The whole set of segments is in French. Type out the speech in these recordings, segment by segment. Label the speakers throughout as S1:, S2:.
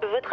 S1: Votre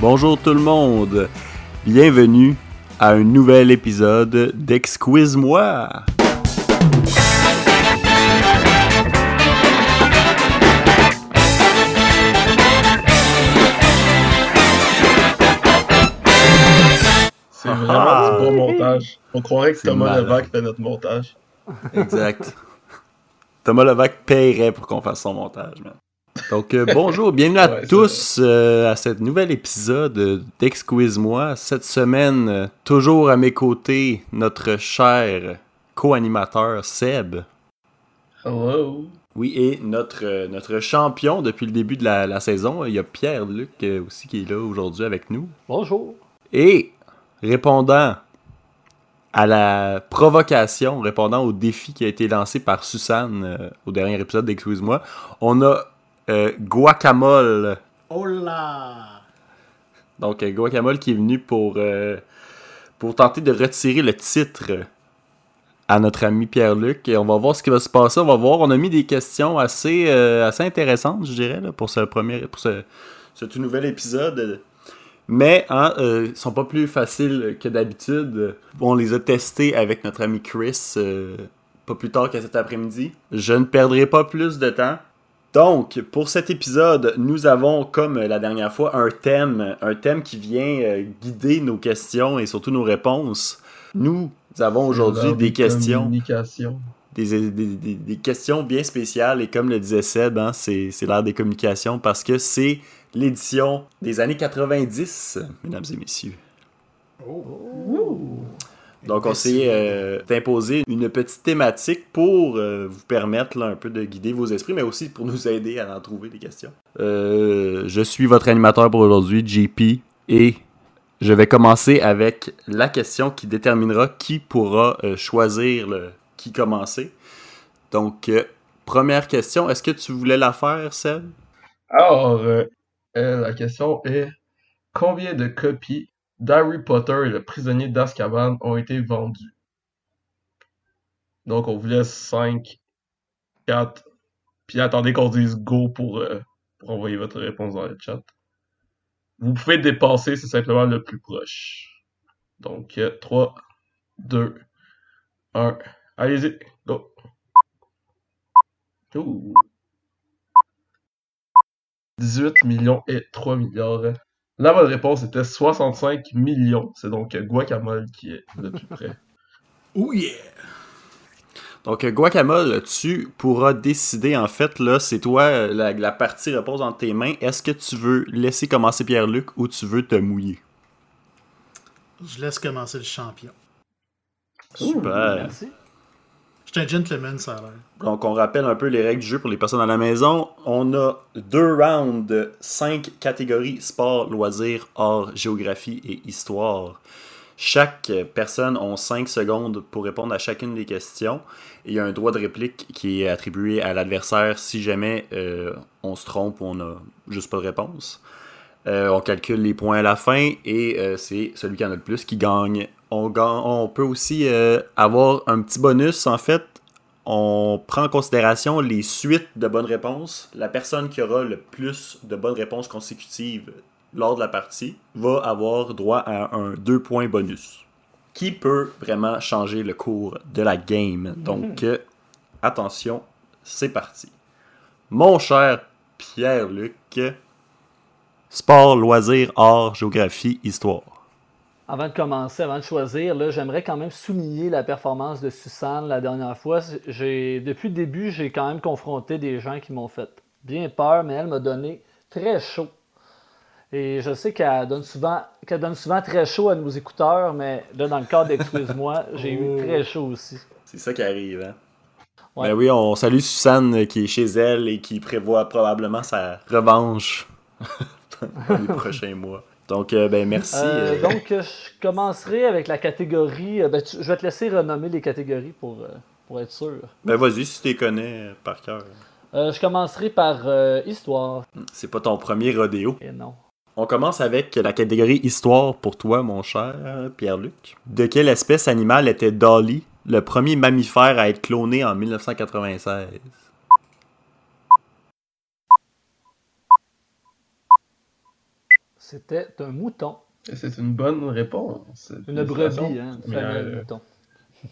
S2: Bonjour tout le monde. Bienvenue à un nouvel épisode d'Exquise-moi.
S3: C'est vraiment du bon montage. On croirait que
S2: C'est
S3: Thomas
S2: malade.
S3: Levac fait notre montage.
S2: Exact. Thomas Levac paierait pour qu'on fasse son montage, man. Donc, euh, bonjour, bienvenue à
S3: Ouais, c'est
S2: tous euh, à ce nouvel épisode euh, d'Exquise-moi. Cette semaine, euh, toujours à mes côtés, notre cher co-animateur Seb.
S3: Hello.
S2: Oui, et notre, euh, notre champion depuis le début de la, la saison, il y a Pierre-Luc euh, aussi qui est là aujourd'hui avec nous.
S4: Bonjour.
S2: Et répondant à la provocation, répondant au défi qui a été lancé par Suzanne euh, au dernier épisode d'Excuse-moi, on a euh, Guacamole.
S5: Oh là!
S2: Donc euh, Guacamole qui est venu pour, euh, pour tenter de retirer le titre à notre ami Pierre-Luc. Et on va voir ce qui va se passer. On va voir. On a mis des questions assez, euh, assez intéressantes, je dirais, là, pour ce premier pour ce, ce tout nouvel épisode. Mais hein, euh, ils sont pas plus faciles que d'habitude. On les a testés avec notre ami Chris euh, pas plus tard que cet après-midi. Je ne perdrai pas plus de temps. Donc, pour cet épisode, nous avons, comme la dernière fois, un thème, un thème qui vient euh, guider nos questions et surtout nos réponses. Nous avons aujourd'hui
S3: L'heure
S2: des questions
S3: communications.
S2: des, des- des- des questions bien spéciales et comme le disait Seb, hein, c'est c'est l'ère des communications parce que c'est l'édition des années 90, mesdames et messieurs. Donc on s'est euh, imposé une petite thématique pour euh, vous permettre là, un peu de guider vos esprits, mais aussi pour nous aider à en trouver des questions. Euh, je suis votre animateur pour aujourd'hui, JP, et je vais commencer avec la question qui déterminera qui pourra euh, choisir le, qui commencer. Donc, euh, première question, est-ce que tu voulais la faire, Seb?
S3: Alors, euh, euh, la question est combien de copies d'Harry Potter et le prisonnier d'Azkaban ont été vendues? Donc, on vous laisse 5, 4, puis attendez qu'on dise go pour, euh, pour envoyer votre réponse dans le chat. Vous pouvez dépasser, c'est simplement le plus proche. Donc, euh, 3, 2, 1, allez-y, go! Ouh. 18 millions et 3 milliards. La bonne réponse était 65 millions. C'est donc Guacamole qui est le plus près.
S5: Oh yeah!
S2: Donc, euh, Guacamole, tu pourras décider, en fait, là, c'est toi, euh, la, la partie repose entre tes mains. Est-ce que tu veux laisser commencer Pierre-Luc ou tu veux te mouiller?
S6: Je laisse commencer le champion.
S2: Super.
S4: Merci.
S6: Je suis un gentleman, ça a l'air.
S2: Donc, on rappelle un peu les règles du jeu pour les personnes à la maison. On a deux rounds de cinq catégories sport, loisirs, art, géographie et histoire. Chaque personne a cinq secondes pour répondre à chacune des questions. Et Il y a un droit de réplique qui est attribué à l'adversaire si jamais euh, on se trompe ou on n'a juste pas de réponse. Euh, on calcule les points à la fin et euh, c'est celui qui en a le plus qui gagne. On, gagne- on peut aussi euh, avoir un petit bonus en fait. On prend en considération les suites de bonnes réponses. La personne qui aura le plus de bonnes réponses consécutives lors de la partie va avoir droit à un 2 points bonus. Qui peut vraiment changer le cours de la game? Donc, euh, attention, c'est parti. Mon cher Pierre-Luc, Sport, loisirs, art, géographie, histoire.
S4: Avant de commencer, avant de choisir, là, j'aimerais quand même souligner la performance de Suzanne la dernière fois. J'ai, depuis le début, j'ai quand même confronté des gens qui m'ont fait bien peur, mais elle m'a donné très chaud. Et je sais qu'elle donne souvent, qu'elle donne souvent très chaud à nos écouteurs, mais là, dans le cadre d'Excuse-moi, j'ai eu très chaud aussi.
S2: C'est ça qui arrive, hein?
S4: Ouais.
S2: Ben oui, on salue Suzanne euh, qui est chez elle et qui prévoit probablement sa revanche dans les prochains mois. Donc, euh, ben merci.
S4: Euh,
S2: euh,
S4: donc, euh, je commencerai avec la catégorie. euh, ben, tu- je vais te laisser renommer les catégories pour, euh, pour être sûr.
S2: Ben vas-y, si tu les connais euh, par cœur.
S4: Euh, je commencerai par euh, histoire.
S2: C'est pas ton premier rodéo.
S4: Et non.
S2: On commence avec la catégorie histoire pour toi, mon cher euh, Pierre-Luc. De quelle espèce animale était Dolly, le premier mammifère à être cloné en 1996
S4: C'était un mouton.
S3: Et C'est une bonne réponse.
S4: Une
S3: Félicitations.
S4: brebis, hein. une
S3: Première,
S4: femelle
S3: euh,
S4: mouton.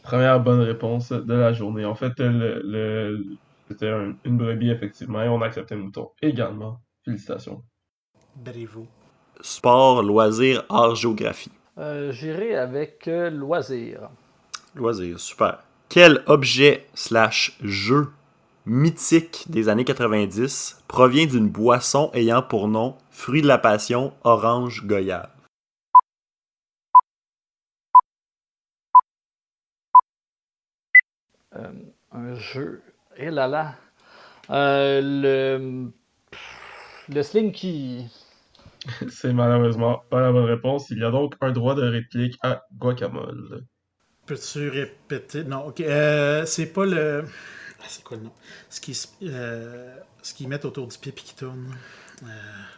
S3: première bonne réponse de la journée. En fait, le, le- c'était un- une brebis, effectivement, et on acceptait le mouton également. Félicitations.
S6: Bravo.
S2: Sport, loisirs, art, géographie.
S4: Euh, J'irai avec euh, loisir.
S2: Loisirs, super. Quel objet slash jeu mythique des années 90 provient d'une boisson ayant pour nom fruit de la passion, orange, goyave?
S4: Euh, un jeu. Et là là. Euh, le. pff, Le slinky.
S3: C'est malheureusement pas la bonne réponse. Il y a donc un droit de réplique à Guacamole.
S6: Peux-tu répéter? Non, ok. Euh, c'est pas le. Ah, c'est quoi le nom? Ce qu'ils euh, ce qu'ils mettent autour du pied puis qui tourne. Euh,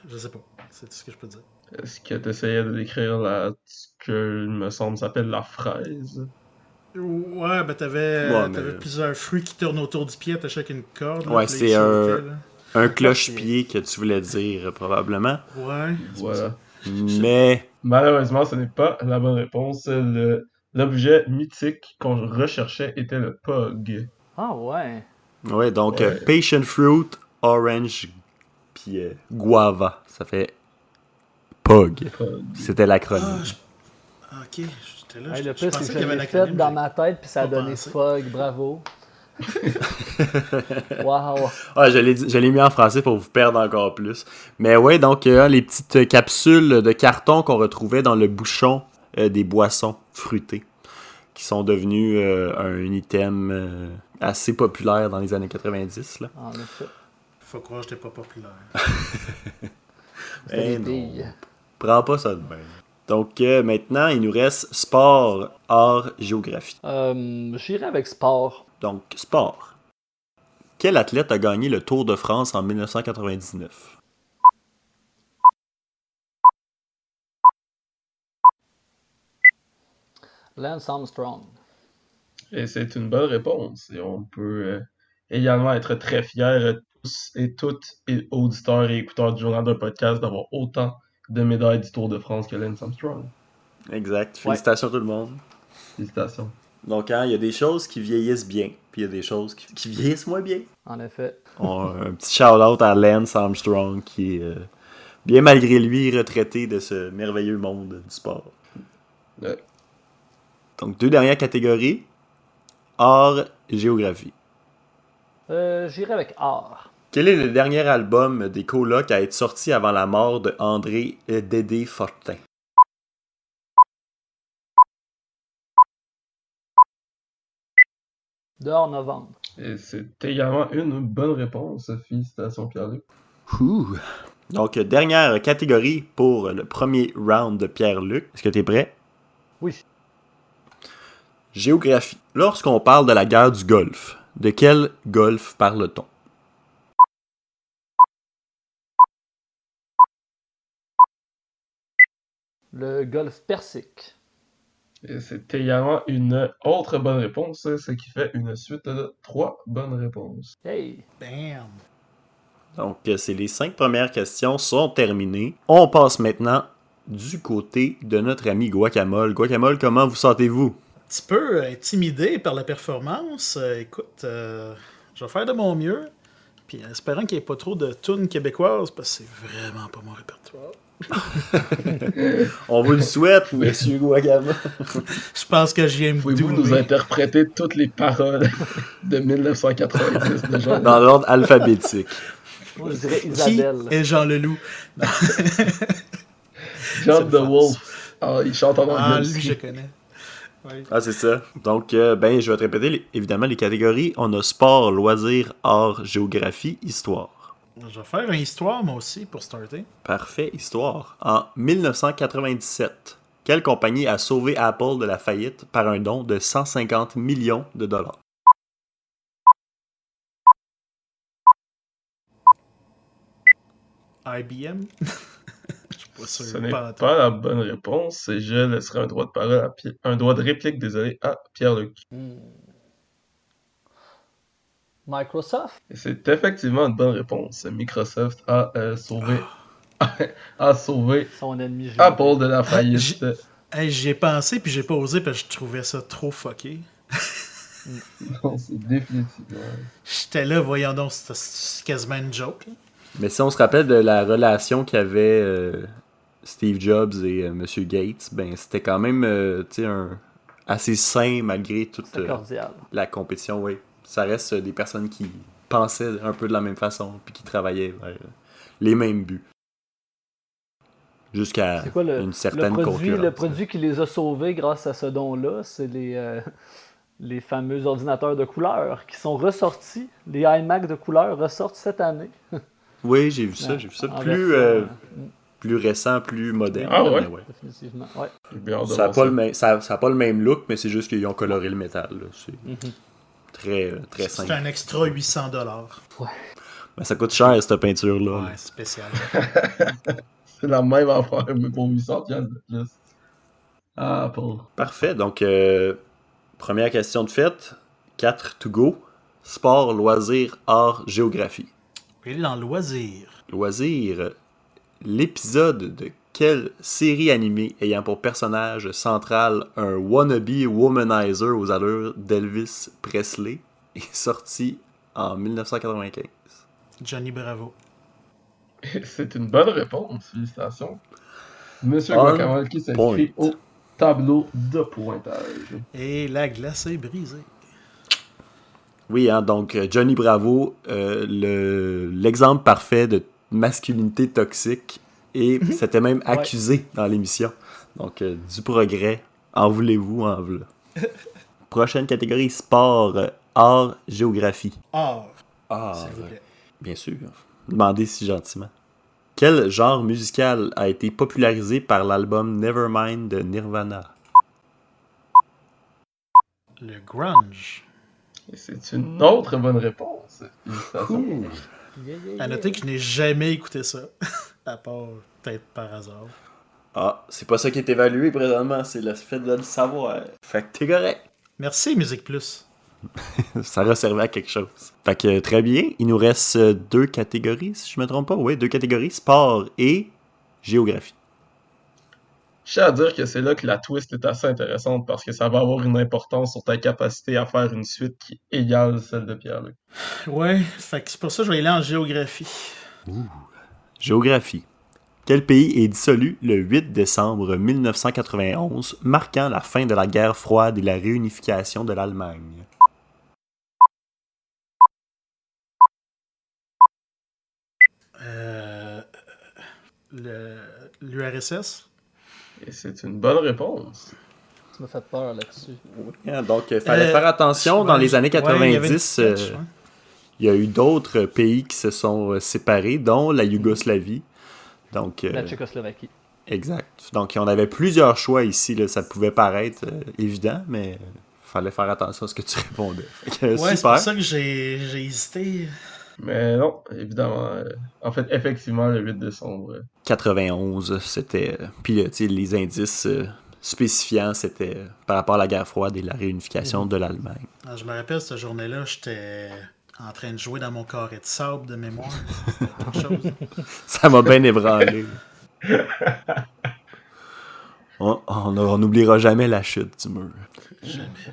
S6: je sais pas. C'est tout ce que je peux dire.
S3: Est-ce que tu essayais de décrire la, ce que, il me semble, s'appelle la fraise?
S6: Ouais, ben t'avais euh,
S2: Ouais, mais-
S6: t'avais plusieurs fruits qui tournent autour du pied, attaché avec une corde. là,
S2: Ouais,
S6: puis là,
S2: c'est
S6: ils
S2: un-
S6: sautaient, là.
S2: Un cloche-pied que tu voulais dire, euh, probablement.
S6: Ouais.
S3: Voilà.
S2: Mais
S3: Malheureusement, ce n'est pas la bonne réponse. Le- L'objet mythique qu'on recherchait était le POG.
S4: Ah ouais.
S2: Ouais, donc
S3: Ouais.
S2: euh, Patient Fruit, Orange, puis euh, Guava. Ça fait POG.
S3: Pog.
S2: C'était l'acronyme.
S6: Ah, je- ah, ok, j'étais là.
S4: Hey,
S6: je,
S4: le
S6: je
S4: pire,
S6: pensais
S4: c'est que
S6: qu'il y avait
S4: j'avais fait
S6: l'acronyme,
S4: dans
S6: j'ai-
S4: ma tête, puis ça a
S6: pas
S4: donné
S6: pensé.
S4: fog. Bravo. Wow.
S2: Ah, je l'ai dit- je l'ai mis en français pour vous perdre encore plus. Mais ouais, donc euh, les petites euh, capsules de carton qu'on retrouvait dans le bouchon euh, des boissons fruitées, qui sont devenues euh, un item euh, assez populaire dans les années 90. Là.
S4: En effet.
S6: Faut croire que j'étais pas populaire.
S4: C'était
S2: Eh
S4: des
S2: non.
S4: billes.
S2: Prends pas ça de bain. Donc euh, maintenant, il nous reste sport, art, géographie.
S4: Euh, J'irai avec sport.
S2: Donc, sport. Quel athlète a gagné le Tour de France en 1999?
S4: Lance Armstrong.
S3: Et c'est une bonne réponse. Et on peut euh, également être très fiers, euh, tous et toutes, et auditeurs et écouteurs du journal d'un podcast, d'avoir autant de médailles du Tour de France que Lance Armstrong.
S2: Exact. Félicitations tout le monde.
S3: Félicitations.
S2: Donc, hein, il y a des choses qui vieillissent bien, puis il y a des choses qui, qui vieillissent moins bien.
S4: En effet.
S2: On- un petit shout-out à Lance Armstrong qui est, euh, bien malgré lui, retraité de ce merveilleux monde du sport.
S3: Ouais.
S2: Donc, deux dernières catégories. Art, géographie.
S4: Euh, J'irai avec art.
S2: Quel est le dernier album des colocs à être sorti avant la mort de André euh, Dédé Fortin?
S4: Dehors novembre.
S3: Et c'est également une bonne réponse. Félicitations, Pierre-Luc.
S2: Ouh. Donc, euh, dernière catégorie pour le premier round de Pierre-Luc. Est-ce que tu es prêt?
S4: Oui.
S2: Géographie. Lorsqu'on parle de la guerre du Golfe, de quel Golfe parle-t-on?
S4: Le golf persique.
S3: Et c'est également une autre bonne réponse, ce qui fait une suite de trois bonnes réponses.
S4: Hey.
S6: Bam!
S2: Donc, euh, c'est les cinq premières questions sont terminées. On passe maintenant du côté de notre ami Guacamole. Guacamole, comment vous sentez-vous?
S6: Un petit peu euh, intimidé par la performance. Euh, écoute, euh, je vais faire de mon mieux. Puis en espérant qu'il n'y ait pas trop de tunes québécoises, parce que c'est vraiment pas mon répertoire.
S2: On vous le souhaite, monsieur Guacamole.
S6: Je pense que j'y ai me
S3: Pouvez-vous nous interpréter toutes les paroles de 1990 de Jean
S2: Dans l'ordre alphabétique.
S4: Moi, je dirais
S6: Qui
S4: Isabelle.
S6: est Jean Leloup?
S3: John
S6: le
S3: the
S6: fun.
S3: Wolf. Ah, il chante en anglais.
S6: Ah, lui,
S3: aussi.
S6: je connais. Oui.
S2: Ah, c'est ça. Donc, euh, ben, je vais te répéter les- évidemment les catégories. On a sport, loisirs, art, géographie, histoire.
S6: Je vais faire une histoire, moi aussi, pour starter.
S2: Parfait histoire. En 1997, quelle compagnie a sauvé Apple de la faillite par un don de 150 millions de dollars?
S6: IBM? Je suis pas
S3: Ce
S6: sûr.
S3: n'est
S6: pas en
S3: pas,
S6: tout.
S3: la bonne réponse et je laisserai un droit de parole à Pi- un droit de réplique, désolé, à Pierre-Luc.
S4: Microsoft?
S3: Et C'est effectivement une bonne réponse. Microsoft a euh, sauvé
S6: Ah.
S3: a sauvé
S4: Son ennemi juré.
S2: Ah,
S3: Apple de la faillite.
S6: J- Hey, J'y ai pensé, puis j'ai pas osé, parce que je trouvais ça trop fucké.
S3: Non, c'est définitivement.
S6: J'étais là, voyons donc, c'était- c'est quasiment une joke. là.
S2: Mais si on se rappelle de la relation qu'avaient euh, Steve Jobs et M. Gates, ben c'était quand même euh, tu sais, un- assez sain malgré toute
S4: C'est
S2: euh,
S4: cordial.
S2: la compétition. Oui, ça reste euh, des personnes qui pensaient un peu de la même façon puis qui travaillaient vers euh, les mêmes buts. Jusqu'à
S4: C'est quoi le,
S2: Ah, une
S4: le
S2: certaine
S4: produit,
S2: concurrence.
S4: le produit qui les a sauvés grâce à ce don-là? C'est les, euh, les fameux ordinateurs de couleur qui sont ressortis. Les iMac de couleur ressortent cette année.
S2: Oui, j'ai vu ça, j'ai vu ça.
S4: En
S2: Plus,
S4: version,
S2: euh,
S4: euh,
S2: plus récent, plus moderne.
S3: Ah ouais?
S2: mais ouais.
S4: Définitivement. Ouais.
S3: J'ai bien hâte de
S2: Ça n'a
S3: voir
S2: pas, le même- ça- ça a pas le même look, mais c'est juste qu'ils ont coloré le métal. là. C'est
S4: Mhm.
S2: très, euh, très
S6: C'est
S2: simple.
S6: un extra 800 dollars.
S2: Mais ça coûte cher, cette peinture-là.
S6: Ouais, spécial.
S3: C'est la même affaire, mais pour 800 piastres de plus. Ah, Apple.
S2: Parfait. Donc, euh, première question de fait. 4 to go. Sport, loisirs, art, géographie.
S6: Il est en loisir.
S2: Loisirs. L'épisode de quelle série animée ayant pour personnage central un wannabe womanizer aux allures d'Elvis Presley est sorti en 1995?
S6: Johnny Bravo.
S3: C'est une bonne réponse, félicitations. Monsieur
S2: On
S3: Guacamole s'inscrit
S2: point.
S3: au tableau de pointage.
S6: Et la glace est brisée.
S2: Oui, hein, donc euh, Johnny Bravo, euh, le- l'exemple parfait de masculinité toxique, et
S6: Mhm.
S2: c'était même accusé dans l'émission. Donc, euh, du progrès, en voulez-vous, en voilà. Prochaine catégorie, sport, euh, art, géographie.
S6: Or,
S2: Art,
S6: Ah, s'il vous plaît.
S2: bien sûr. Demandez si gentiment. Quel genre musical a été popularisé par l'album Nevermind de Nirvana?
S6: Le grunge.
S3: Et c'est une autre bonne réponse. Félicitations.
S4: Yeah, yeah,
S6: À
S4: yeah.
S6: noter que je n'ai jamais écouté ça. à part peut-être par hasard.
S2: Ah, c'est pas ça qui est évalué présentement, c'est le fait de le savoir. Fait que t'es correct.
S6: Merci, Musique Plus.
S2: ça resservait à quelque chose. Fait que euh, très bien, il nous reste euh, deux catégories, si je me trompe pas. Oui, deux catégories, sport et géographie.
S3: Je tiens à dire que c'est là que la twist est assez intéressante parce que ça va avoir une importance sur ta capacité à faire une suite qui égale celle de Pierre-Luc.
S6: Ouais, fait que c'est pour ça que je vais aller en géographie.
S2: Géographie. Quel pays est dissolu le 8 décembre 1991, marquant la fin de la guerre froide et la réunification de l'Allemagne?
S6: Euh, le- L'URSS?
S3: Et c'est une bonne réponse.
S4: Tu me fais peur là-dessus.
S2: Euh. Ah, Donc, il fallait
S6: Euh,
S2: faire attention.
S6: Ouais,
S2: Dans les années
S6: ouais, il y avait une
S2: 90,
S6: petite
S2: euh,
S6: catch, ouais.
S2: il y a eu d'autres euh, pays qui se sont euh, séparés, dont la Yougoslavie. Donc, euh,
S4: La Tchécoslovaquie.
S2: Exact. Donc, on avait plusieurs choix ici. là. Ça pouvait paraître euh, évident, mais euh, fallait faire attention à ce que tu répondais. Fait que, euh,
S6: Ouais, c'est
S2: super.
S6: pour ça que j'ai j'ai hésité.
S3: Mais non, évidemment. euh, en fait, effectivement, le 8 décembre. euh,
S2: 91, c'était. euh, Puis, euh, tu sais, les indices euh, spécifiants, c'était euh, par rapport à la guerre froide et la réunification de l'Allemagne.
S6: Ah, je me rappelle, cette journée-là, j'étais en train de jouer dans mon carré de sable de mémoire. C'était quelque chose.
S2: Ça m'a bien ébranlé. On on- on n'oubliera jamais la chute du mur.
S3: euh,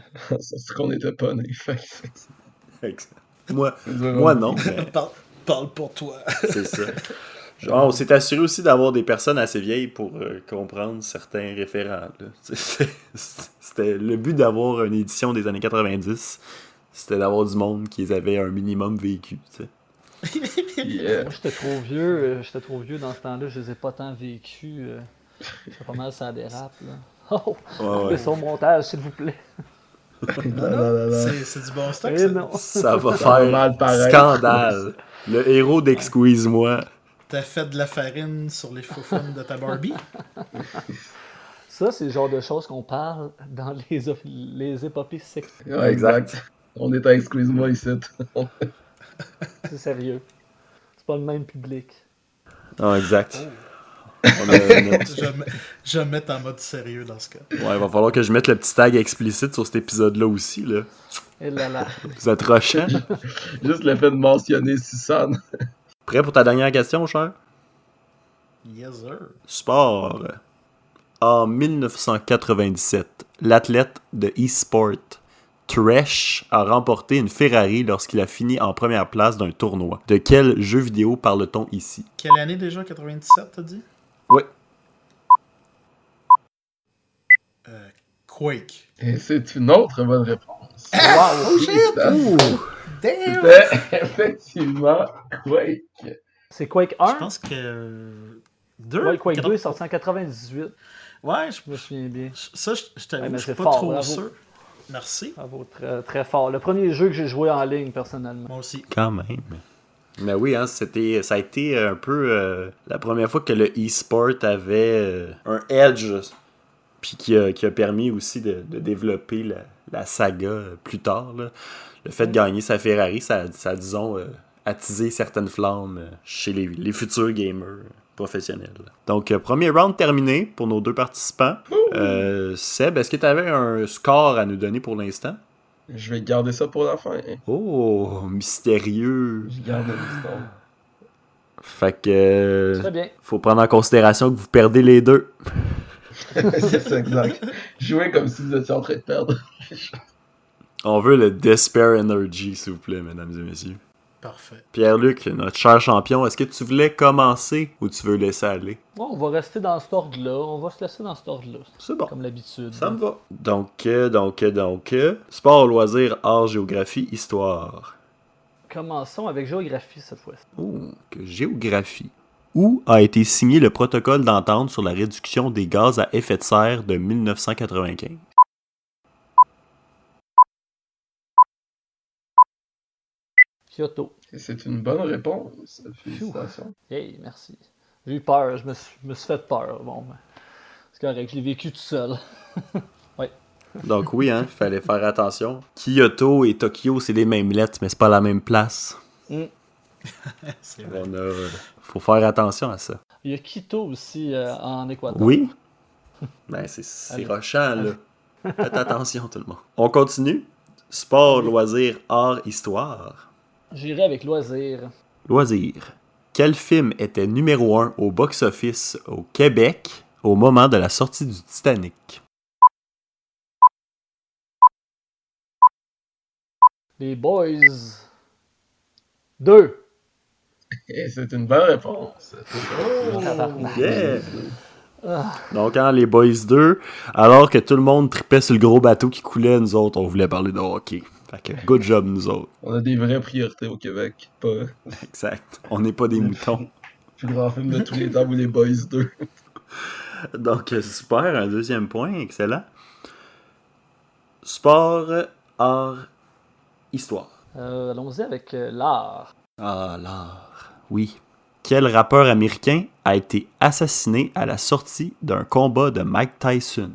S3: ça, c'est qu'on n'était pas nés. Fait que c'est-
S2: Exact. Moi,
S3: c'est vraiment-
S2: moi non. mais-
S6: parle, parle pour toi.
S2: C'est ça. Genre, on s'est assuré aussi d'avoir des personnes assez vieilles pour euh, comprendre certains référents. là. C'est- C'était le but d'avoir une édition des années 90. C'était d'avoir du monde qui avait un minimum vécu. tu sais.
S3: Yeah.
S4: Moi, j'étais trop vieux. euh, J'étais trop vieux dans ce temps-là. Je les ai pas tant vécus. euh. C'est pas mal, ça dérape. Là. Oh!
S2: Ouais, ouais.
S4: Son montage, s'il vous plaît.
S6: Non, non, c'est- C'est du bon stock.
S4: Eh
S6: ça.
S4: non.
S2: Ça va
S3: Ça va
S2: faire
S3: mal paraître.
S2: scandale. Le héros d'Exquise-moi.
S6: T'as fait de la farine sur les faufounes de ta Barbie.
S4: Ça, c'est le genre de choses qu'on parle dans les, op- les épopées sexuelles.
S3: Ouais, exact. On est à Excuse-moi ici.
S4: C'est sérieux. C'est pas le même public.
S2: Non, exact. On a- on a-
S6: je, vais me- je vais me mettre en mode sérieux dans ce cas.
S2: Ouais, il va falloir que je mette le petit tag explicite sur cet épisode-là aussi. Là.
S4: Et Eh là là.
S2: Vous êtes rushant.
S3: Juste le fait de mentionner Susan.
S2: Prêt pour ta dernière question, cher?
S6: Yes, sir.
S2: Sport. En 1997, l'athlète de e-sport Trash a remporté une Ferrari lorsqu'il a fini en première place d'un tournoi. De quel jeu vidéo parle-t-on ici?
S6: Quelle année déjà 97, t'as dit
S2: Ouais.
S6: Euh, Quake.
S3: Et c'est une autre bonne réponse. Oh,
S6: Wow!
S3: Ah, Susan,
S6: Damn!
S3: C'était effectivement Quake.
S4: C'est Quake
S6: Je
S4: 1.
S6: pense que.
S4: Ouais,
S6: 2
S4: Quake 2 est sorti en 98.
S6: Ouais, je,
S4: Je me souviens bien.
S6: ça, je, je t'avoue,
S4: Ouais, mais
S6: je suis
S4: c'est
S6: pas
S4: fort,
S6: trop
S4: bravo.
S6: sûr. Merci.
S4: Bravo, très, très fort. Le premier jeu que j'ai joué en ligne, personnellement.
S6: Moi aussi.
S2: Quand même. Mais oui, hein, c'était, ça a été un peu euh, la première fois que le e-sport avait euh, un edge, puis qui a, qui a permis aussi de, de développer la, la saga euh, plus tard. là. Le fait de gagner sa Ferrari, ça, a- ça a, disons, euh, attisé certaines flammes euh, chez les, les futurs gamers professionnels. Donc, euh, premier round terminé pour nos deux participants. Euh, Seb, est-ce que tu avais un score à nous donner pour l'instant?
S3: Je vais garder ça pour la fin. hein.
S2: Oh, mystérieux!
S3: Je garde le mystère.
S2: Fait
S6: Euh.
S2: que.
S4: Très bien.
S2: Faut prendre en considération que vous perdez les deux.
S3: c'est ça, exact. Jouez comme si vous étiez en train de perdre.
S2: On veut le Despair Energy, s'il vous plaît, mesdames et messieurs.
S6: Parfait.
S2: Pierre-Luc, notre cher champion, est-ce que tu voulais commencer ou tu veux laisser aller?
S4: Bon, on va rester dans cet ordre-là. On va se laisser dans cet ordre-là.
S2: C'est bon.
S4: Comme l'habitude.
S2: Ça me va. Donc, euh, donc, euh, donc, euh, sport, loisirs, art, géographie, histoire.
S4: Commençons avec géographie cette fois-ci.
S2: Oh, que géographie. Où a été signé le protocole d'entente sur la réduction des gaz à effet de serre de 1995?
S4: Kyoto.
S3: Et C'est une bonne réponse. Félicitations.
S4: Hey, merci. J'ai eu peur. Je me suis, je me suis fait peur. Bon, ben, c'est correct. Je l'ai vécu tout seul.
S2: Donc oui, hein, fallait faire attention. Kyoto et Tokyo, c'est les mêmes lettres, mais c'est pas la même place.
S6: C'est vrai.
S2: On a, euh, faut faire attention à ça.
S4: Il y a Quito aussi euh, en Équateur.
S2: Oui? Ben, c'est- c'est
S4: Allez.
S2: rochant, là. Faites attention, tout le monde. On continue. Sport, loisirs, art, histoire.
S4: J'irai avec loisir.
S2: Loisirs. Quel film était numéro un au box-office au Québec au moment de la sortie du Titanic?
S4: Les boys. Deux.
S3: Et c'est une bonne réponse.
S2: Bah,
S4: Tabarnak.
S2: Yeah! Donc, hein, les Boys 2, alors que tout le monde tripait sur le gros bateau qui coulait, nous autres, on voulait parler de hockey. Fait que, good job, nous autres.
S3: On a des vraies priorités au Québec. Pas
S2: Exact. On n'est pas des moutons.
S3: plus grand film de tous les temps ou les Boys 2.
S2: Donc, euh, super, un deuxième point, excellent. Sport, euh, art, histoire.
S4: Euh, Allons-y avec euh, l'art.
S2: Ah, l'art, oui. Quel rappeur américain a été assassiné à la sortie d'un combat de Mike Tyson?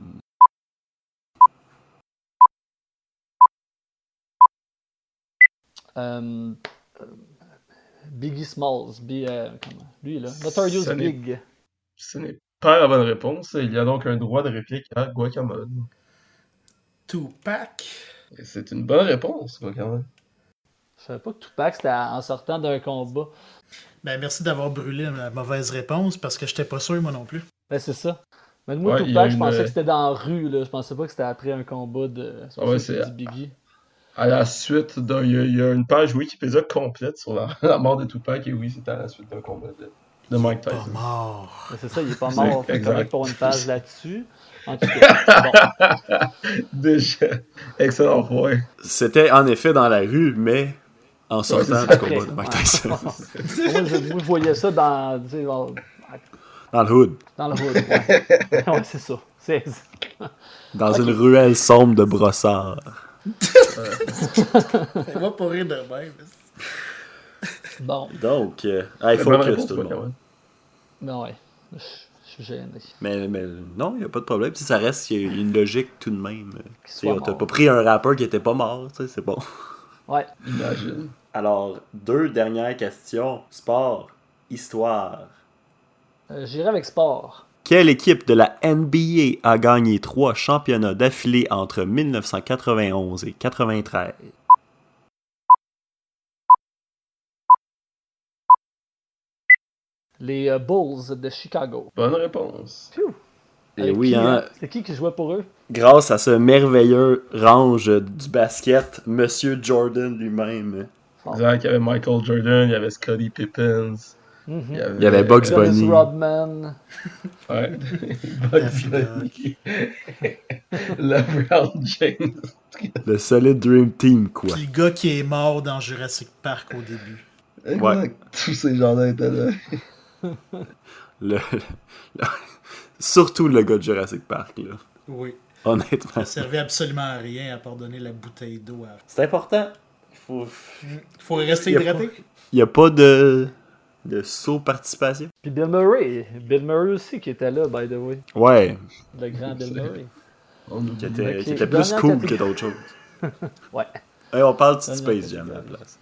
S4: Euh, euh, Biggie Smalls. Bi- euh, comment- lui, là. Notorious
S3: Salut.
S4: Big.
S3: Ce n'est pas la bonne réponse. Il y a donc un droit de réplique à Guacamole.
S6: Tupac.
S3: Et c'est une bonne réponse, Guacamole.
S4: Je savais pas que Tupac, c'était en sortant d'un combat.
S6: Ben, merci d'avoir brûlé la mauvaise réponse parce que j'étais pas sûr, moi non plus.
S4: Ben, c'est ça. Mais moi,
S3: Ouais, il y a
S4: Tupac, je
S3: une,
S4: pensais
S3: euh,
S4: que c'était dans la rue, là. Je pensais pas que c'était après un combat de.
S3: Ah ouais,
S4: c'est
S3: c'est-
S4: du Biggie.
S3: À la suite d'un. Il y, a- il y a une page Wikipédia complète sur la, la mort de Tupac. Et oui, c'était à la suite d'un combat de, de Mike
S6: Pas
S3: Tyson.
S6: mort.
S4: Ben, c'est ça, il est pas
S3: C'est
S4: mort. Fait
S3: exact.
S4: correct pour une page là-dessus. En tout cas, bon.
S3: Déjà. Excellent point.
S2: C'était en effet dans la rue, mais en sortant
S3: c'est
S2: du
S3: ça.
S2: combat de Mike Tyson.
S4: moi, je, moi, je voyais ça dans, tu sais, dans,
S2: dans le hood.
S4: dans le hood. Ouais, Ouais, c'est ça. C'est-
S2: Dans une ruelle sombre de brossard.
S6: On va pas rire de même.
S4: Bon,
S2: Donc, euh, hey,
S3: Bonne
S2: focus,
S3: réponse,
S2: tout le
S3: toi,
S2: monde.
S3: Karen.
S4: ben ouais. Je je suis gêné.
S2: Mais, mais non, il n'y a pas de problème. Si ça reste, il y a une logique tout de même. Tu sais,
S4: soit
S2: on t'a
S4: mort.
S2: pas pris un rappeur qui était pas mort, tu sais, c'est bon.
S4: Ouais.
S3: Imagine.
S2: Alors, deux dernières questions. Sport, histoire.
S4: Euh, J'irai avec sport.
S2: Quelle équipe de la NBA a gagné trois championnats d'affilée entre 1991 et 93?
S4: Les euh, Bulls de Chicago.
S3: Bonne réponse.
S4: Phew.
S2: Eh
S4: Avec
S2: oui,
S4: qui,
S2: hein.
S4: euh, C'est qui qui jouait pour eux?
S2: Grâce à ce merveilleux range du basket, Monsieur Jordan lui-même.
S3: Exact, il y avait Michael Jordan, il y avait Scottie Pippins,
S4: Mhm.
S3: il y avait,
S2: Il y avait Bugs
S4: Dennis
S2: Bunny.
S4: Rodman.
S3: Ouais. Bugs Bunny. LeBron James.
S2: Le solide Dream Team, quoi.
S6: Puis le gars qui est mort dans Jurassic Park au début.
S2: Ouais.
S3: Tous ces gens-là étaient là.
S2: Le- le- surtout le gars de Jurassic Park, là.
S6: Oui.
S2: Honnêtement.
S6: Ça servait absolument à rien à part donner la bouteille d'eau à.
S2: C'est important. Faut...
S6: Faut rester
S2: Y a
S6: hydraté.
S2: Il n'y a pas de, de saut participation.
S4: Puis Bill Murray. Bill Murray aussi qui était là, by the way.
S2: Ouais,
S4: Le grand Bill Murray.
S3: On oublie.
S2: qui était,
S4: Ok,
S2: qui était plus
S4: dernière
S2: cool
S4: catégorie.
S2: que d'autres choses.
S4: Ouais.
S2: Et on parle de Space
S4: Dernière
S2: Jam à la
S4: catégorie.
S2: place.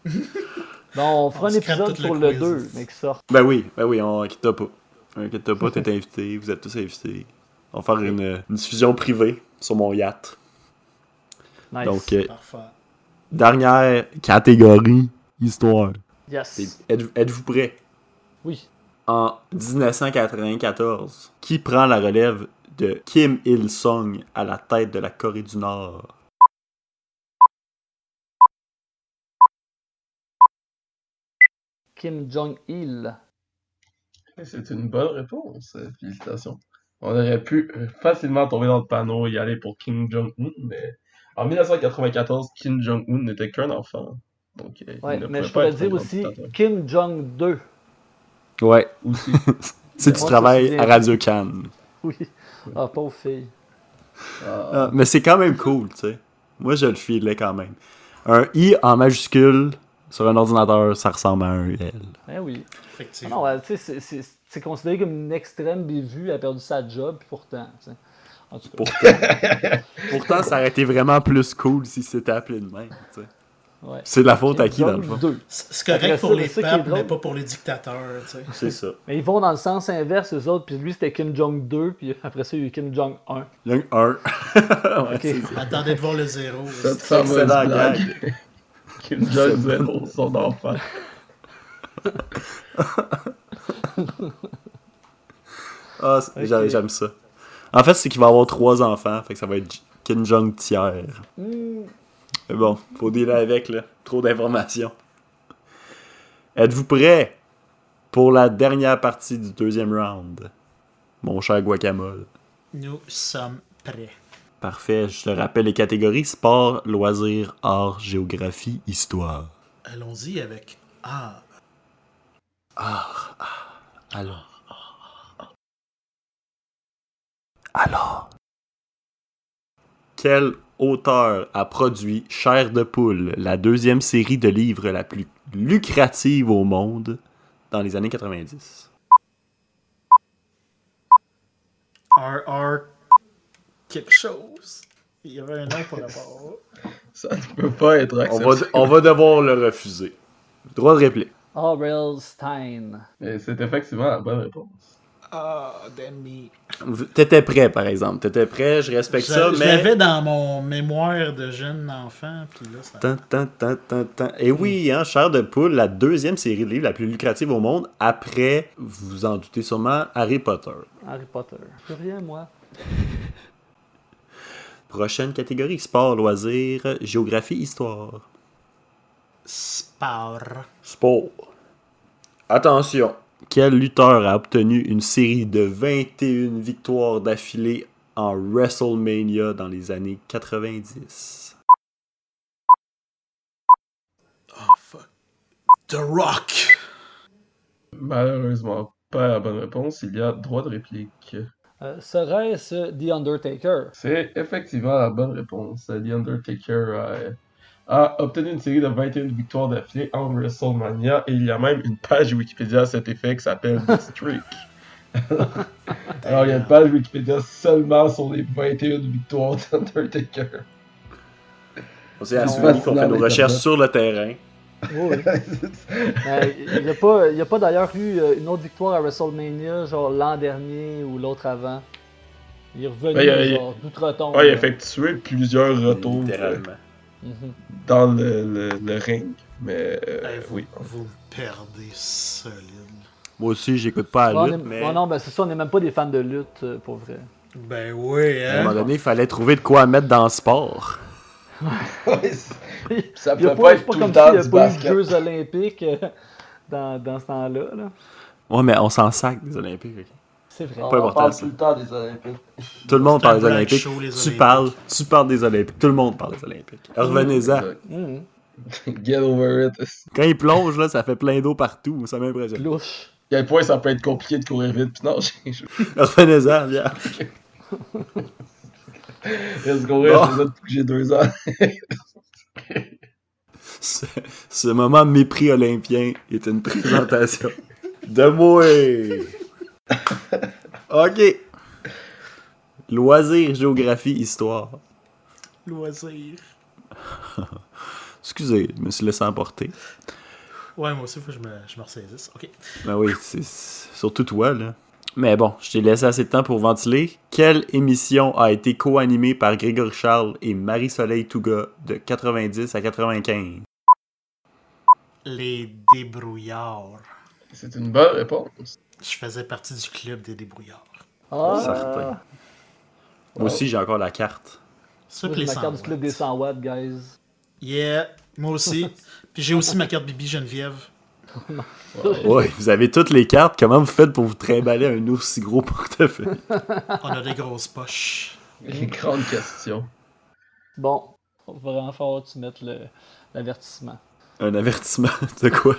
S4: Bon, on fera
S6: On
S4: un
S6: se crée
S4: épisode
S6: tout le
S4: pour le
S6: quiz.
S4: 2, mais qui sort.
S2: Ben oui, ben oui, on inquiète pas. Inquiète pas, t'es invité, vous êtes tous invités. On va faire une, une diffusion privée sur mon yacht.
S4: Nice. Ah.
S2: Donc, euh,
S6: Parfait.
S2: dernière catégorie, histoire.
S4: yes.
S2: C'est- êtes- Êtes-vous prêts?
S4: Oui.
S2: En 1994, qui prend la relève de Kim Il-sung à la tête de la Corée du Nord?
S4: Kim Jong-il.
S3: C'est une bonne réponse. euh, Félicitations. On aurait pu euh, facilement tomber dans le panneau et y aller pour Kim Jong-un, mais en 1994, Kim Jong-un n'était qu'un enfant. Donc, euh, il
S4: Ouais,
S3: ne
S4: mais
S3: pouvait
S4: je
S3: pas
S4: pourrais
S3: être
S4: dire
S3: un
S4: aussi
S3: dictateur.
S4: Kim Jong-2.
S2: Ouais.
S3: Aussi,
S2: C'est du
S4: Ouais,
S2: travail à
S4: c'est bien.
S2: Radio Cannes.
S4: Oui. Ah, pauvre fille.
S3: ah,
S2: Ah, mais c'est quand même cool, tu sais. Moi, je le filais quand même. Un I en majuscule sur un ordinateur, ça ressemble à un L.
S4: Eh oui. Ah
S6: Effectivement.
S4: Non, ouais, tu sais, c'est- c'est- c'est considéré comme une extrême bévue, elle a perdu sa job, puis pourtant. tu sais. En tout cas,
S2: Pourtant, pourtant, ça aurait été vraiment plus cool si c'était appelé de même, tu sais.
S4: ouais.
S2: C'est de la faute à
S4: Kim
S2: qui, dans le fond?
S4: Jong-deux.
S6: C'est c'est
S4: Après
S6: correct
S4: ça,
S6: pour les
S4: c'est ça qui est
S6: papes,
S4: drôle.
S6: mais pas pour les dictateurs. tu sais.
S2: C'est ça.
S4: Mais ils vont dans le sens inverse, eux autres, puis lui c'était Kim Jong-2, puis après ça il y a eu Kim Jong-1.
S2: Il y a eu un. Ouais,
S4: Ok.
S2: c'est ça.
S6: Attendez de voir le zéro.
S3: cette
S6: c'est-
S3: fameuse
S2: Excellent
S3: blague.
S2: gag.
S3: Kim Jong-un, son enfant.
S2: Ah, c'est-
S4: Ok.
S2: j'a- J'aime ça. En fait, c'est qu'il va avoir trois enfants, fait que ça va être J- Kim Jong tiers.
S4: Hmm.
S2: Mais bon, faut dealer avec, là. Trop d'informations. Êtes-vous prêts pour la dernière partie du deuxième round? Mon cher Guacamole.
S6: Nous sommes prêts.
S2: Parfait, je te rappelle les catégories sport, loisirs, art, géographie, histoire.
S6: Allons-y avec Ah.
S2: Alors. Alors. Quel auteur a produit Chair de poule, la deuxième série de livres la plus lucrative au monde dans les années 90?
S6: RR quelque chose. Il y avait un nom pour la part.
S3: Ça ne peut pas être
S2: On
S3: accepté.
S2: va, on va devoir le refuser. Droit de réplique.
S4: Aurel Stein.
S3: Mais c'est effectivement la bonne réponse.
S6: Ah, Demi.
S2: T'étais prêt, par exemple. T'étais prêt, je respecte ça,
S6: Je je
S2: mais...
S6: l'avais dans mon mémoire de jeune enfant, puis là, ça...
S2: Tan, tan, tan, tan, tan. Et oui, hein, Chair de poule, la deuxième série de livres la plus lucrative au monde, après, vous vous en doutez sûrement, Harry Potter.
S4: Harry Potter. Plus rien, moi.
S2: Prochaine catégorie, sport, loisirs, géographie, histoire.
S6: Spar.
S2: Sport. Attention. Quel lutteur a obtenu une série de 21 victoires d'affilée en WrestleMania dans les années 90?
S6: Oh, fuck. The Rock.
S3: Malheureusement, pas la bonne réponse. Il y a droit de réplique.
S4: Euh, Serait-ce The Undertaker?
S3: C'est effectivement la bonne réponse. The Undertaker euh, a obtenu une série de 21 victoires d'affilée en WrestleMania et il y a même une page Wikipédia à cet effet qui s'appelle The Streak. Alors, il y a une page Wikipédia seulement sur les 21 victoires d'Undertaker.
S2: C'est à
S4: Non,
S2: suivre
S3: c'est
S2: qu'on
S3: dans
S2: fait nos
S3: les
S2: recherches
S3: tablettes.
S2: sur le terrain.
S4: Oui. Mais il n'y a pas, il y a pas d'ailleurs eu euh, une autre victoire à WrestleMania, genre l'an dernier ou l'autre avant. Il est revenu
S3: Ouais, il y a-
S4: genre d'outre-tombe.
S3: Ouais, il a
S4: là.
S3: effectué plusieurs retours euh,
S2: Littéralement.
S4: Mhm.
S3: dans le, le, le ring. Mais euh,
S6: Hey, vous,
S3: oui.
S6: vous me perdez solide.
S2: Moi aussi, j'écoute pas
S4: Ouais, on
S2: la
S4: est-
S2: lutte, mais
S4: ouais,
S2: à
S4: non, ben c'est ça, on n'est même pas des fans de lutte, euh, pour vrai.
S6: Ben oui,
S2: un moment
S6: hein?
S2: donné, il fallait trouver de quoi mettre dans le sport.
S3: ça
S4: Il y a
S3: peut Ah, pas
S4: c'est
S3: être tout le
S4: comme s'il n'y
S3: temps du
S4: avait pas eu de
S3: basket.
S4: Jeux Olympiques euh, dans, dans ce temps-là. là.
S2: Ouais, mais on s'en sac des Olympiques. ok?
S4: C'est vrai.
S2: Pas important, ça.
S3: temps des Olympiques.
S2: Tout le monde
S6: C'est un
S2: parle des
S6: drag
S2: Olympiques.
S6: show, les
S2: tu
S6: Olympiques.
S2: parles, tu parles des Olympiques. Tout le monde parle des Olympiques. Revenez-en.
S4: Mhm.
S3: Get over it.
S2: Quand ils plongent, là, ça fait plein d'eau partout. Ça m'impressionne.
S4: Ah, Louche.
S3: À quel point ça peut être compliqué de courir vite. Puis non, j'ai- je-
S2: Revenez-en, viens.
S3: laisse courir,
S2: Bon.
S3: je fais ça depuis que j'ai deux ans.
S2: Ce, ce moment mépris olympien est une présentation de moi. OK. Loisirs, géographie, histoire.
S6: Loisir.
S2: Excusez, je me suis laissé emporter.
S6: Ouais, moi aussi, faut que je me, je me ressaisisse. Ok.
S2: Ben oui, c'est c'est surtout toi, là. Mais bon, je t'ai laissé assez de temps pour ventiler. Quelle émission a été co-animée par Grégory Charles et Marie-Soleil Touga de 90 à 95?
S6: Les débrouillards.
S3: C'est une bonne réponse.
S6: Je faisais partie du club des débrouillards.
S2: Certain.
S4: Ah,
S2: Moi aussi, j'ai encore la carte.
S6: Ça,
S4: moi,
S6: puis
S4: j'ai
S6: les 100
S4: ma carte du club des
S6: watts.
S4: 100 watts, guys.
S6: Yeah, moi aussi. puis j'ai aussi ma carte Bibi Geneviève.
S2: Ouais, vous avez toutes les cartes. Comment vous faites pour vous trimballer un aussi gros portefeuille?
S6: On a des grosses poches.
S3: Une grande question.
S4: Bon, on va vraiment falloir que tu mettes le- l'avertissement.
S2: Un avertissement de quoi?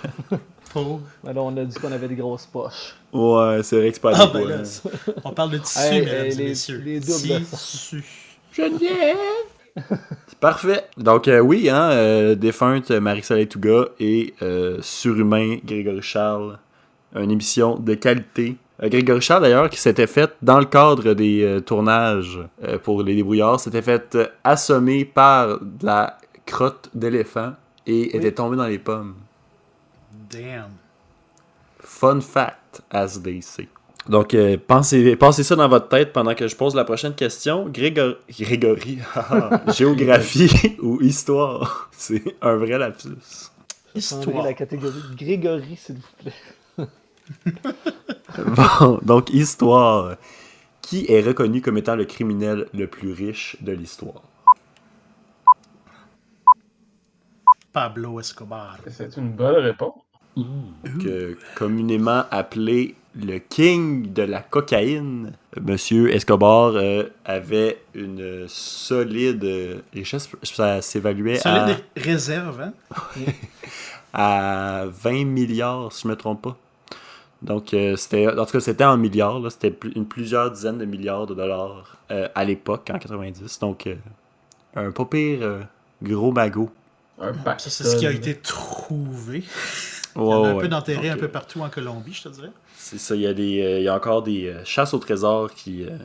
S6: Pour.
S4: Mais Ben là, on a dit qu'on avait des grosses poches.
S2: Ouais, c'est vrai que c'est pas
S6: Ah,
S2: des
S6: ben
S2: fois,
S6: là,
S2: hein.
S6: c'est- on parle de tissu,
S4: Hey,
S6: mesdames
S4: hey,
S6: et
S4: les-
S6: messieurs.
S4: les doubles.
S6: Tissu.
S2: C'est Parfait. Donc euh, oui, hein, euh, défunte Marie-Soleil Touga et euh, surhumain Grégory Charles, une émission de qualité. Euh, Grégory Charles d'ailleurs qui s'était fait dans le cadre des euh, tournages euh, pour les débrouillards, s'était fait euh, assommer par de la crotte d'éléphant et était tombé dans les pommes.
S6: Damn.
S2: Fun fact, as they say. Donc, euh, pensez, pensez ça dans votre tête pendant que je pose la prochaine question. Grégor- Grégory, ah, géographie ou histoire? C'est un vrai lapsus.
S4: Prendrez
S6: Histoire.
S4: la catégorie de Grégory, s'il vous plaît.
S2: Bon, donc histoire. Qui est reconnu comme étant le criminel le plus riche de l'histoire?
S6: Pablo Escobar.
S3: C'est une bonne réponse.
S2: que euh, communément appelé le king de la cocaïne, Monsieur Escobar euh, avait une solide euh, richesse. Ça s'évaluait à,
S6: Solide réserve, hein?
S2: à 20 milliards, si je me trompe pas. Donc, euh, c'était, en tout cas, c'était en milliards. là. c'était plus- une plusieurs dizaines de milliards de dollars euh, à l'époque, en 90. Donc, euh, un pas pire euh, gros magot.
S3: Un pack.
S6: Ah, Ça, c'est ce qui a été trouvé. Il y en
S2: Ouais,
S6: a un
S2: ouais.
S6: peu d'enterré un
S2: Donc,
S6: peu
S2: euh,
S6: partout en Colombie, je te dirais.
S2: C'est ça, il y a, des, euh, il y a encore des euh, chasses au trésor qui, euh,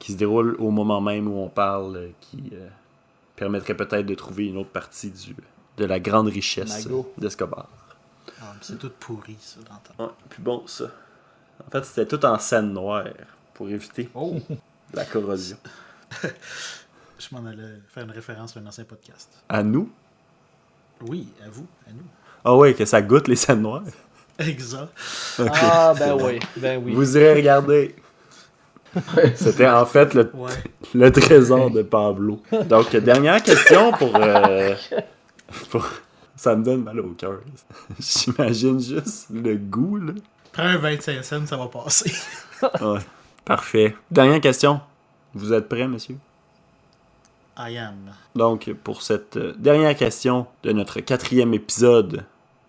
S2: qui se déroulent au moment même où on parle, euh, qui euh, permettraient peut-être de trouver une autre partie du, de la grande richesse euh,
S4: Magot.
S2: d'Escobar.
S6: Ah, mais c'est tout pourri, ça, d'entendre.
S2: Ouais, plus bon ça. En fait, c'était tout en scène noire pour éviter
S6: Oh!
S2: la corrosion.
S6: Je m'en allais faire une référence à un ancien podcast.
S2: À nous
S6: Oui, à vous, à nous.
S2: Ah ouais, que ça goûte les scènes noires.
S6: Exact.
S4: Ah, ben oui, ben oui.
S2: Vous irez regarder. C'était en fait le
S6: Ouais.
S2: Le trésor de Pablo. Donc, dernière question pour, euh, pour- Ça me donne mal au cœur. J'imagine juste le goût, là.
S6: Prends un 25 cents, ça va passer.
S2: Ouais. Parfait. Dernière question. Vous êtes prêts, monsieur?
S6: I am.
S2: Donc, pour cette euh, dernière question de notre quatrième épisode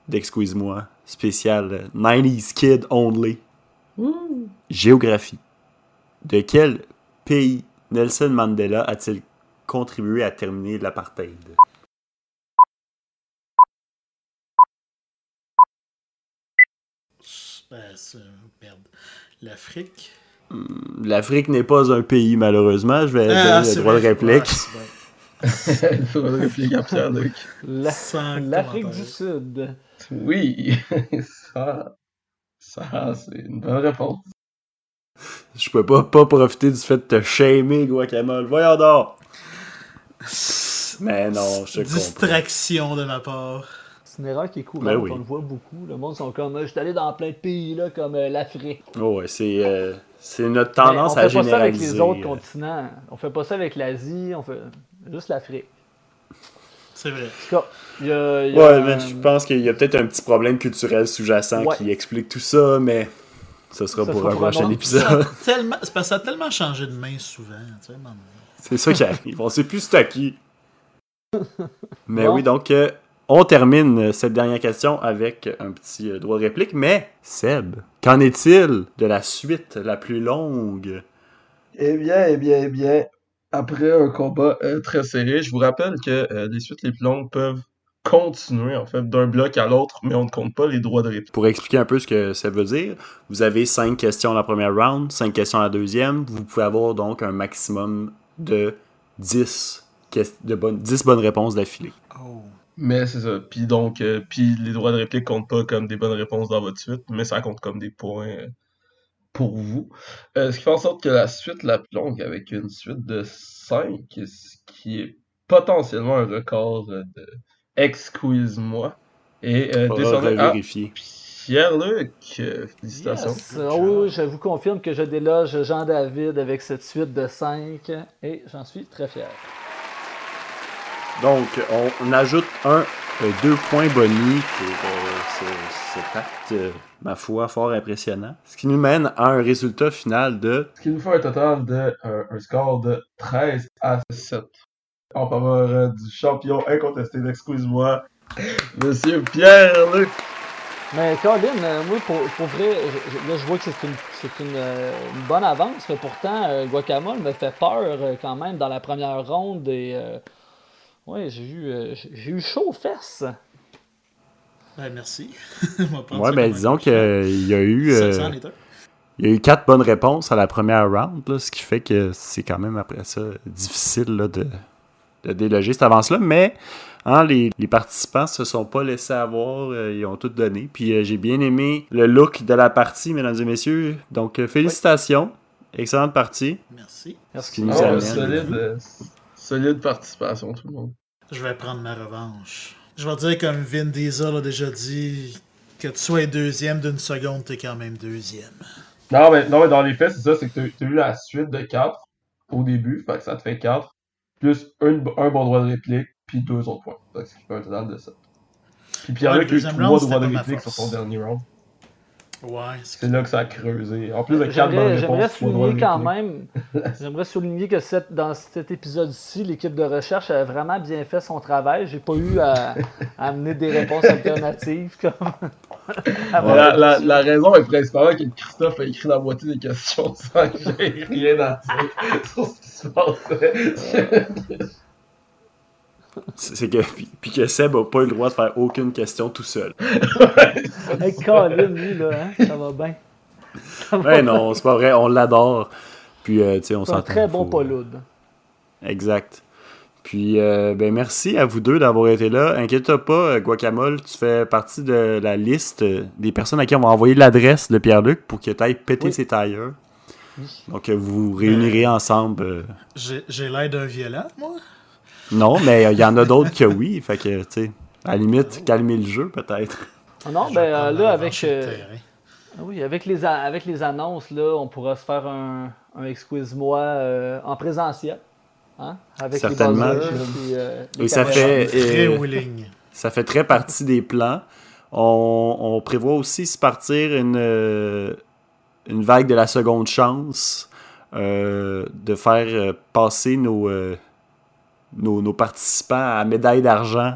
S2: d'Excuse-moi, spécial euh, 90s Kid Only, géographie. De quel pays Nelson Mandela a-t-il contribué à terminer l'apartheid?
S6: Ben, c'est- merde. L'Afrique.
S2: Hmm, L'Afrique n'est pas un pays, malheureusement. Je vais
S6: Ah,
S2: donner
S6: c'est
S2: le droit de
S6: vrai.
S2: réplique.
S6: Ouais, c'est vrai.
S3: Il faut répliquer à Pierre Luc.
S4: La-
S6: Sans
S4: L'Afrique du
S6: commentaire.
S4: Sud.
S3: Oui, ça, ça c'est une bonne réponse.
S2: Je peux pas, pas profiter du fait de te shamer, Guacamole. Voyons donc! Mais non, je comprends.
S6: Distraction de ma part.
S4: C'est une erreur qui est courante,
S2: Ben oui.
S4: on le voit beaucoup. Le monde sont comme, euh, je suis allé dans plein de pays, là, comme euh, l'Afrique.
S2: Oh, ouais, c'est euh, c'est notre
S4: Mais
S2: tendance
S4: Ben, on
S2: à
S4: fait pas ça avec
S2: généraliser. euh.
S4: les autres continents. On fait pas ça avec l'Asie, on fait juste l'Afrique.
S6: C'est vrai.
S4: En tout cas, il y a, il y a
S2: Ouais,
S4: un-
S2: mais je pense qu'il y a peut-être un petit problème culturel sous-jacent
S4: Euh, Ouais.
S2: qui explique tout ça, mais ce sera
S4: Ça
S2: pour
S4: sera
S2: un
S4: pour un
S2: prochain
S4: autre
S2: épisode.
S6: Tellement... C'est parce que ça a tellement changé de main souvent. Tu sais, maman.
S2: c'est ça qui arrive. On sait plus c'est à qui. Mais
S4: Bon.
S2: oui, donc, euh, on termine euh, cette dernière question avec un petit euh, droit de réplique. Mais, Seb, qu'en est-il de la suite la plus longue
S3: Eh bien, eh bien, eh bien, après un combat euh, très serré, je vous rappelle que euh, les suites les plus longues peuvent continuer, en fait, d'un bloc à l'autre, mais on ne compte pas les droits de réplique.
S2: Pour expliquer un peu ce que ça veut dire, vous avez cinq questions la première round, cinq questions la deuxième. Vous pouvez avoir donc un maximum de 10, ques- de bonnes, 10 bonnes réponses d'affilée.
S6: Oh.
S3: Mais c'est ça. Puis donc, euh, puis les droits de réplique comptent pas comme des bonnes réponses dans votre suite, mais ça compte comme des points euh, pour vous. Euh, ce qui fait en sorte que la suite la plus longue, avec une suite de 5, ce qui est potentiellement un record euh, de Excuse-moi, et euh,
S2: Faudra
S3: descendant à
S2: vérifier.
S3: Pierre-Luc. Euh, félicitations.
S4: Yes. Oh, je vous confirme que je déloge Jean-David avec cette suite de 5 et j'en suis très fier.
S2: Donc, on, on ajoute un, euh, deux points bonus pour euh, ce- cet acte, euh, ma foi, fort impressionnant. Ce qui nous mène à un résultat final de
S3: Ce qui nous fait un total de euh, un score de 13 à 7 en faveur euh, du champion incontesté, excuse-moi, Monsieur Pierre-Luc.
S4: Mais Colin, euh, moi, pour, pour vrai, je- je- là, je vois que c'est une, c'est une, euh, une bonne avance, mais pourtant, euh, Guacamole me fait peur euh, quand même dans la première ronde. Et, euh, ouais, j'ai eu, euh, j'ai- j'ai eu chaud aux fesses.
S6: Ben, merci. On va prendre
S2: Ouais,
S6: ça
S2: ben
S6: comme un
S2: disons qu'il
S6: compliment.
S2: y a eu.
S6: Ça,
S2: euh,
S6: ça en est un.
S2: il y a eu quatre bonnes réponses à la première round, là, ce qui fait que c'est quand même après ça difficile là, de, de déloger cette avance-là. Mais hein, les, les participants se sont pas laissés avoir, euh, ils ont tout donné. Puis euh, j'ai bien aimé le look de la partie, mesdames et messieurs. Donc euh, félicitations, excellente partie.
S6: Merci.
S2: Ce qui
S4: Merci.
S2: nous
S3: Ah,
S2: amène.
S3: solide, euh, solide participation, tout le monde.
S6: Je vais prendre ma revanche. Je vais dire, comme Vin Diesel a déjà dit, que tu sois deuxième d'une seconde, t'es quand même deuxième.
S3: Non, mais, non, mais dans les faits, c'est ça, c'est que t'as- t'as eu la suite de 4 au début, fait que ça te fait 4, plus une- un bon droit de réplique, puis deux autres points. Fait que ce qui fait un total de 7. Puis Pierre-Luc a
S6: Ouais, le
S3: eu
S6: deuxième
S3: 3
S6: round,
S3: droits
S6: c'était
S3: de
S6: pas ma
S3: réplique sur
S6: force.
S3: son dernier round.
S6: Ouais, c'est
S3: C'est là que ça a creusé. En plus de 4 bonnes
S4: J'aimerais
S3: réponses,
S4: j'aimerais
S3: trois droits de
S4: souligner quand
S3: réplique.
S4: même, j'aimerais souligner que cette- dans cet épisode-ci, l'équipe de recherche a vraiment bien fait son travail. J'ai pas eu à, à amener des réponses alternatives comme. Ah,
S3: Ah, La, la- la raison est principalement que Christophe a écrit la moitié des questions sans que j'aie rien à dire sur ce qui se passait.
S2: C'est c'est que, puis, puis que Seb n'a pas eu le droit de faire aucune question tout seul.
S4: Hey, Colin, lui, là, hein, ça va bien.
S2: Ben non, c'est pas vrai, on l'adore. Puis, euh, tu sais, on
S4: C'est un
S2: s'entend.
S4: très bon
S2: faut- euh,
S4: Pauloud.
S2: Exact. Puis, euh, ben merci à vous deux d'avoir été là. Inquiète-toi pas, euh, Guacamole, tu fais partie de la liste euh, des personnes à qui on va envoyer l'adresse de Pierre-Luc pour que tu ailles péter
S4: Oui.
S2: ses tailleurs. Donc, euh, vous vous réunirez ensemble. euh.
S6: J'ai j'ai l'air d'un violent, moi?
S2: Non, mais euh, il y en a d'autres que oui. Fait que, tu sais, à la limite, calmer le jeu peut-être.
S4: Ah non,
S6: Je
S4: ben
S6: vais
S4: euh,
S6: prendre ma
S4: là,
S6: revanche
S4: avec,
S6: sur le
S4: euh,
S6: terrain.
S4: ah oui, avec, les, a- avec les annonces, là, on pourra se faire un, un Excuse-moi euh, en présentiel. Hein, avec les
S2: Certainement.
S4: buzzers, là, puis, euh, les
S2: Et ça
S4: caméras.
S2: fait.
S6: Très
S2: euh,
S6: willing.
S2: Ça fait très partie des plans. On, on prévoit aussi se partir une, euh, une vague de la seconde chance, euh, de faire euh, passer nos, euh, nos, nos participants à médaille d'argent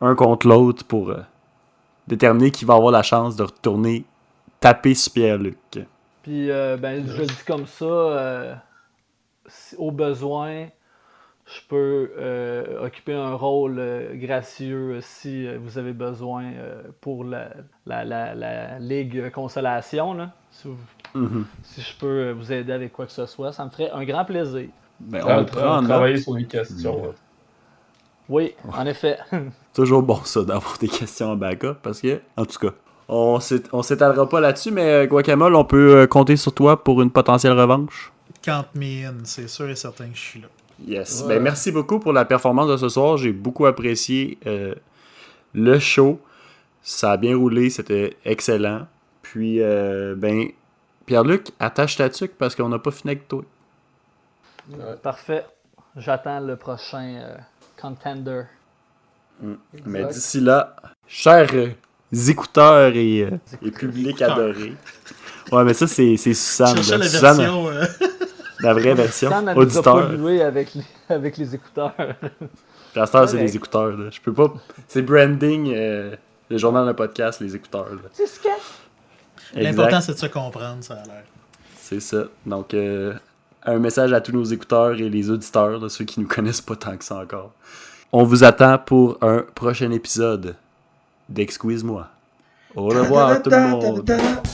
S2: un contre l'autre pour euh, déterminer qui va avoir la chance de retourner taper sur Pierre-Luc.
S4: Puis, euh, ben, je le dis comme ça, euh, si- au besoin, je peux euh, occuper un rôle euh, gracieux euh, si euh, vous avez besoin euh, pour la, la- la- la Ligue Consolation. là. Si, vous-
S2: Mhm.
S4: si je peux euh, vous aider avec quoi que ce soit, ça me ferait un grand plaisir.
S2: Ben, on
S3: Ah, On
S2: le prend en note.
S3: travailler sur les questions. là.
S4: Oui, en effet.
S2: Toujours bon ça d'avoir des questions en backup parce que, en tout cas, on s'é- on s'étalera pas là-dessus, mais euh, Guacamole, on peut euh, compter sur toi pour une potentielle revanche.
S6: Count me in, c'est sûr et certain que je suis là.
S2: Yes.
S3: Ouais.
S2: Ben, merci beaucoup pour la performance de ce soir. J'ai beaucoup apprécié euh, le show. Ça a bien roulé, c'était excellent. Puis, euh, ben, Pierre-Luc, attache ta tuque parce qu'on n'a pas fini avec toi.
S4: Parfait. J'attends le prochain euh, contender.
S2: Mais d'ici là, chers euh, écouteurs et, euh, et public
S6: Écouteurs.
S2: adoré. Ouais, mais ça, c'est c'est Suzanne.
S6: Cherchez
S2: là.
S6: la
S2: Suzanne,
S6: version. euh,
S2: la vraie version.
S4: Sam, elle nous a
S2: Auditeur.
S4: pollué avec les, avec les écouteurs.
S2: La star, c'est
S4: Correct.
S2: les écouteurs. Là. Je peux pas. C'est branding, euh, le journal, le podcast, les écouteurs. là.
S4: C'est ce que-
S6: L'important, c'est de se comprendre, ça a l'air.
S2: C'est ça. Donc, euh, un message à tous nos écouteurs et les auditeurs, là, ceux qui nous connaissent pas tant que ça encore. On vous attend pour un prochain épisode d'Excuse-moi. Au revoir tout le monde.
S3: Ta-da-da-da-da.